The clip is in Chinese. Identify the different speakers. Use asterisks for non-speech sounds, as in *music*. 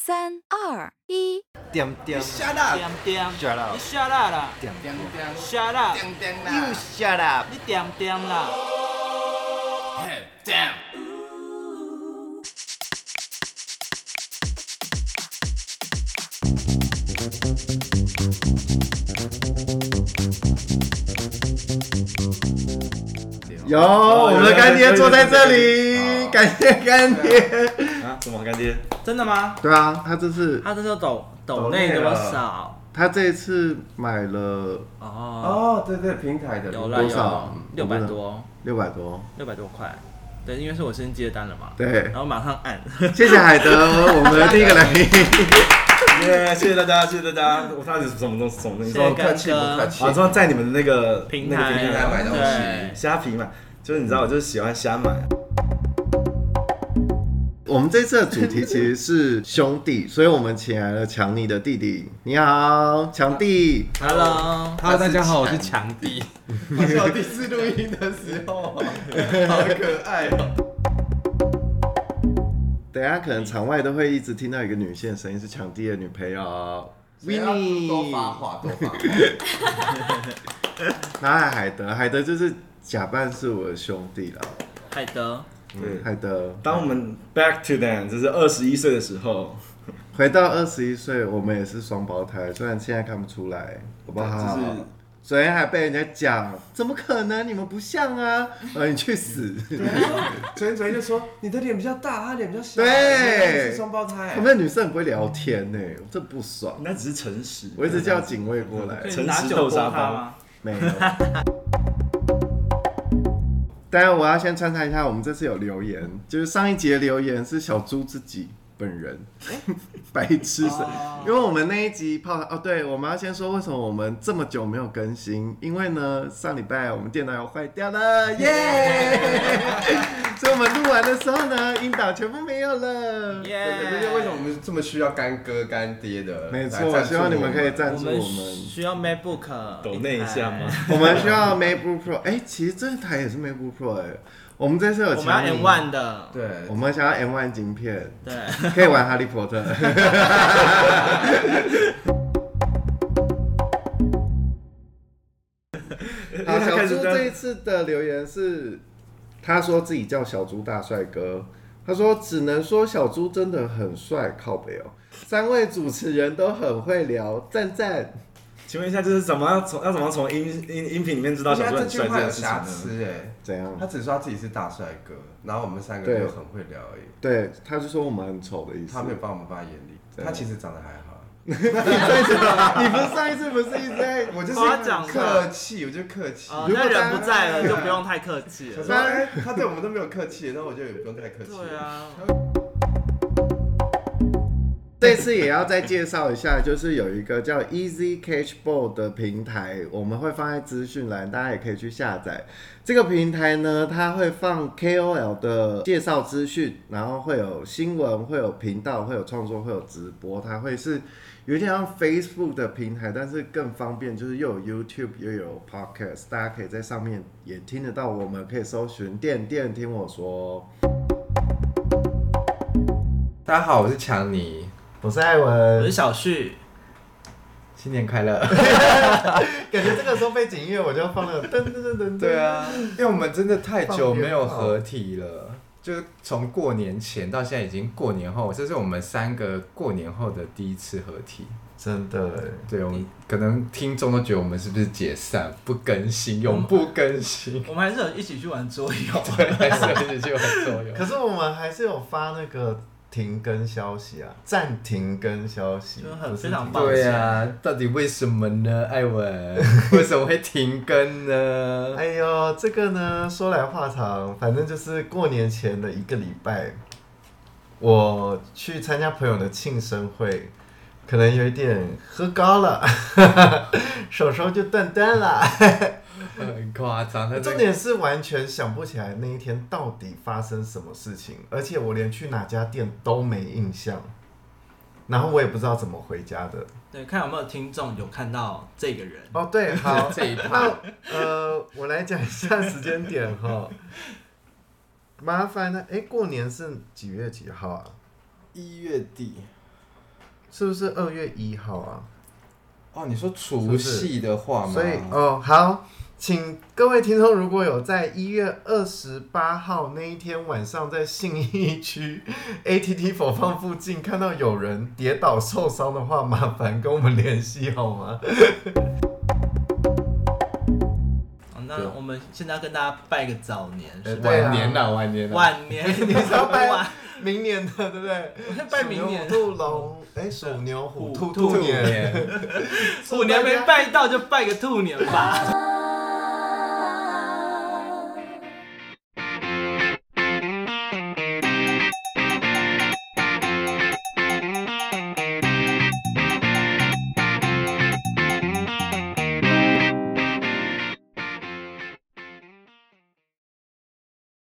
Speaker 1: 三二一，
Speaker 2: 点点
Speaker 3: Shut up！
Speaker 4: 点点，
Speaker 2: shut up，
Speaker 4: 你下啦啦，
Speaker 2: 点
Speaker 3: 叮叮
Speaker 4: 下啦，
Speaker 3: 叮叮
Speaker 2: ，you
Speaker 3: 啦
Speaker 2: shut up，
Speaker 4: 你点点啦，
Speaker 3: 嘿，damn！
Speaker 2: 有我们的干爹坐在这里，感谢干爹。
Speaker 5: 啊，什么干爹？
Speaker 4: 真的吗？
Speaker 2: 对啊，他这次
Speaker 4: 他这是抖抖内
Speaker 5: 抖内
Speaker 4: 多
Speaker 5: 了
Speaker 4: 少？
Speaker 2: 他这一次买了
Speaker 4: 哦，
Speaker 5: 哦，对对，平台的
Speaker 4: 有
Speaker 2: 啦多
Speaker 4: 了有
Speaker 2: 少
Speaker 4: 啦，六百多，
Speaker 2: 六百多，
Speaker 4: 六百多块。对，因为是我先接单了嘛，
Speaker 2: 对哦
Speaker 4: 然，后马上按。
Speaker 2: 谢谢海
Speaker 4: *laughs*
Speaker 2: 德，我们的第一个来宾。
Speaker 5: 耶！谢谢大家，谢谢大家。我上次什么东西？什么东西？
Speaker 4: 谢谢
Speaker 5: 啊，
Speaker 4: 干
Speaker 3: 客气不客
Speaker 4: 哥
Speaker 3: 气，
Speaker 5: 我说在你们的那个
Speaker 4: 平
Speaker 5: 那个
Speaker 4: 台
Speaker 5: 平
Speaker 3: 台买东西
Speaker 4: 对
Speaker 5: 虾皮嘛，就是你知道，我就是喜欢瞎买。
Speaker 2: 我们这次的主题其实是兄弟，所以我们请来了强尼的弟弟。你好，强弟。
Speaker 4: Hello，
Speaker 3: Hello，大家好我是
Speaker 6: 强弟。
Speaker 3: 我是我第一次录音的时候啊，好可爱哦。
Speaker 2: 等一下可能场外都会一直听到一个女性的声音，是强弟的女朋友
Speaker 3: 不要
Speaker 5: 啊
Speaker 2: Winnie。
Speaker 3: 多发话，多发话。
Speaker 2: 然后海德，海德就是假扮是我的兄弟啦。
Speaker 4: 海德，
Speaker 2: 嗯
Speaker 5: 对，
Speaker 2: 海德，
Speaker 5: 当我们 back to them，就是二十一岁的时候，
Speaker 2: 回到二十一岁，我们也是双胞胎，虽然现在看不出来，好不好？
Speaker 5: 就是
Speaker 2: 昨天还被人家讲，怎么可能？你们不像
Speaker 5: *laughs*
Speaker 2: 啊！呃，你去死！
Speaker 6: 昨天昨天就说你的脸比较大，他脸比较小，
Speaker 2: 对
Speaker 6: 是双胞胎
Speaker 2: 他。们女生很不会聊天呢、我真不爽。
Speaker 5: 那只是诚实。
Speaker 2: 我一直叫警卫过来，
Speaker 5: 对
Speaker 4: 所以你拿
Speaker 5: 诚实
Speaker 4: 酒泼
Speaker 5: 豆沙
Speaker 4: 他
Speaker 5: 包
Speaker 4: 吗？
Speaker 2: 没有。当然，我要先穿插一下，我们这次有留言，就是上一集的留言是小猪自己本人， *laughs* 白痴神，因为我们那一集泡哦，对，我们要先说为什么我们这么久没有更新，因为呢，上礼拜我们电脑又坏掉了，耶、所以我们录完的时候呢，音档全部没有了。
Speaker 4: 耶
Speaker 3: 对，这就是为什么我们这么需要干哥干爹的。
Speaker 2: 没
Speaker 3: 来
Speaker 2: 错，
Speaker 3: 赞助
Speaker 2: 希望你们可以
Speaker 3: 我
Speaker 2: 赞
Speaker 4: 我
Speaker 2: 助我
Speaker 4: 们
Speaker 2: 们。
Speaker 4: 需要哎 MacBook
Speaker 5: 抖内一下吗？ *laughs*
Speaker 2: *laughs* 我们需要 MacBook Pro，哎、其实这台也是 MacBook Pro 哎、我们这次有
Speaker 4: 我们要
Speaker 2: 强尼
Speaker 4: M One 的，
Speaker 3: 对，
Speaker 2: 我们想要 M One 晶片，
Speaker 4: 对，
Speaker 2: 可以玩哈利波
Speaker 4: *laughs*
Speaker 2: 特。好，小猪这一次的留言是，他说自己叫小猪大帅哥，他说只能说小猪真的很帅，靠北哦。三位主持人都很会聊，赞赞。
Speaker 5: 请问一下，就是怎么样从要怎么从音音音频里面知道
Speaker 3: 我
Speaker 5: 小
Speaker 3: 觉
Speaker 5: 猪
Speaker 3: 得这
Speaker 5: 很
Speaker 3: 句
Speaker 5: 帅这
Speaker 3: 话有
Speaker 5: 件事情
Speaker 3: 瑕
Speaker 5: 呢？
Speaker 3: 疵哎，
Speaker 2: 怎样
Speaker 3: 他？只说他自己是大帅哥，然后我们三个
Speaker 2: 对
Speaker 3: 就很会聊而已，
Speaker 2: 对，他就说我们很丑的意思。
Speaker 3: 他没有把我们放在眼里，
Speaker 2: 对
Speaker 3: 他其实长得还好。
Speaker 2: 你不是上一次不是一直在？
Speaker 3: *laughs* 我就是
Speaker 4: 夸奖他
Speaker 3: 客气，我就客气。
Speaker 4: 哦，
Speaker 2: 如果
Speaker 4: 那
Speaker 2: 大家
Speaker 4: 人不在了就不用太客气
Speaker 3: 他
Speaker 6: *laughs*
Speaker 4: 了。
Speaker 3: 说哎他对我们都没有客气，那我就也不用太客气。
Speaker 4: 对，啊，
Speaker 2: *laughs* 这次也要再介绍一下，就是有一个叫 Easy Catchball 的平台，我们会放在资讯栏，大家也可以去下载。这个平台呢，它会放 KOL 的介绍资讯，然后会有新闻，会有频道，会有创作，会有直播，它会是有点像 Facebook 的平台，但是更方便，就是又有 YouTube 又有 Podcast，大家可以在上面也听得到。我们可以搜寻“店店听我说
Speaker 6: 大家好，我是强尼，”，
Speaker 2: 我是艾
Speaker 4: 我
Speaker 2: 文
Speaker 4: 是，小旭，，
Speaker 6: 新年快乐。
Speaker 2: 感觉这个时候背景音乐我就放了噔噔噔噔噔。
Speaker 6: 对啊，因为我们真的太久没有合体了，就是从过年前到现在已经过年后，这是我们三个过年后的第一次合体。
Speaker 2: 真的
Speaker 6: 对，我们可能听众都觉得我们是不是解散不更新，永不更新
Speaker 4: 我们还是有一起去玩桌游。
Speaker 6: 对，还是有一句很作用
Speaker 2: 可。是我们还是有发那个停更消息啊，暂停更消息，
Speaker 4: 就是很非常棒
Speaker 6: 对呀、啊，到底为什么呢，艾 *laughs* 文？为什么会停更呢？
Speaker 2: 哎呦，这个呢，说来话长，反正就是过年前的一个礼拜，我去参加朋友的庆生会，可能有一点喝高了， *laughs* 手手就断单了。
Speaker 6: 很夸张，他
Speaker 2: 重点是完全想不起来那一天到底发生什么事情，而且我连去哪家店都没印象，然后我也不知道怎么回家的。
Speaker 4: 对，看有没有听众有看到这个人。
Speaker 2: 哦，对，
Speaker 6: *laughs*
Speaker 2: 好，
Speaker 6: 这一趴
Speaker 2: 那呃，我来讲一下时间点哈。麻烦呢，哎，过年是几月几号啊？
Speaker 6: 一月底，
Speaker 2: 是不是二月一号啊？
Speaker 6: 哦，你说除夕的话吗？
Speaker 2: 所以哦，好，请各位听众如果有在一月二十八号那一天晚上在信义区 ATT 否放附近看到有人跌倒受伤的话，麻烦跟我们联系好吗？
Speaker 4: 好哦那我们现在要跟大家拜个早年，是吧？
Speaker 2: 对啊
Speaker 6: 晚年啦，晚年啦，
Speaker 4: 晚年，你
Speaker 2: 是要
Speaker 4: *laughs*
Speaker 2: 拜啊
Speaker 4: 晚，
Speaker 2: 明年的对不对？
Speaker 4: 我先拜明年
Speaker 2: 属牛虎兔龙，哎，属牛虎兔兔
Speaker 6: 兔
Speaker 2: 年，
Speaker 6: 年，
Speaker 4: 五年没拜到就拜个兔年吧。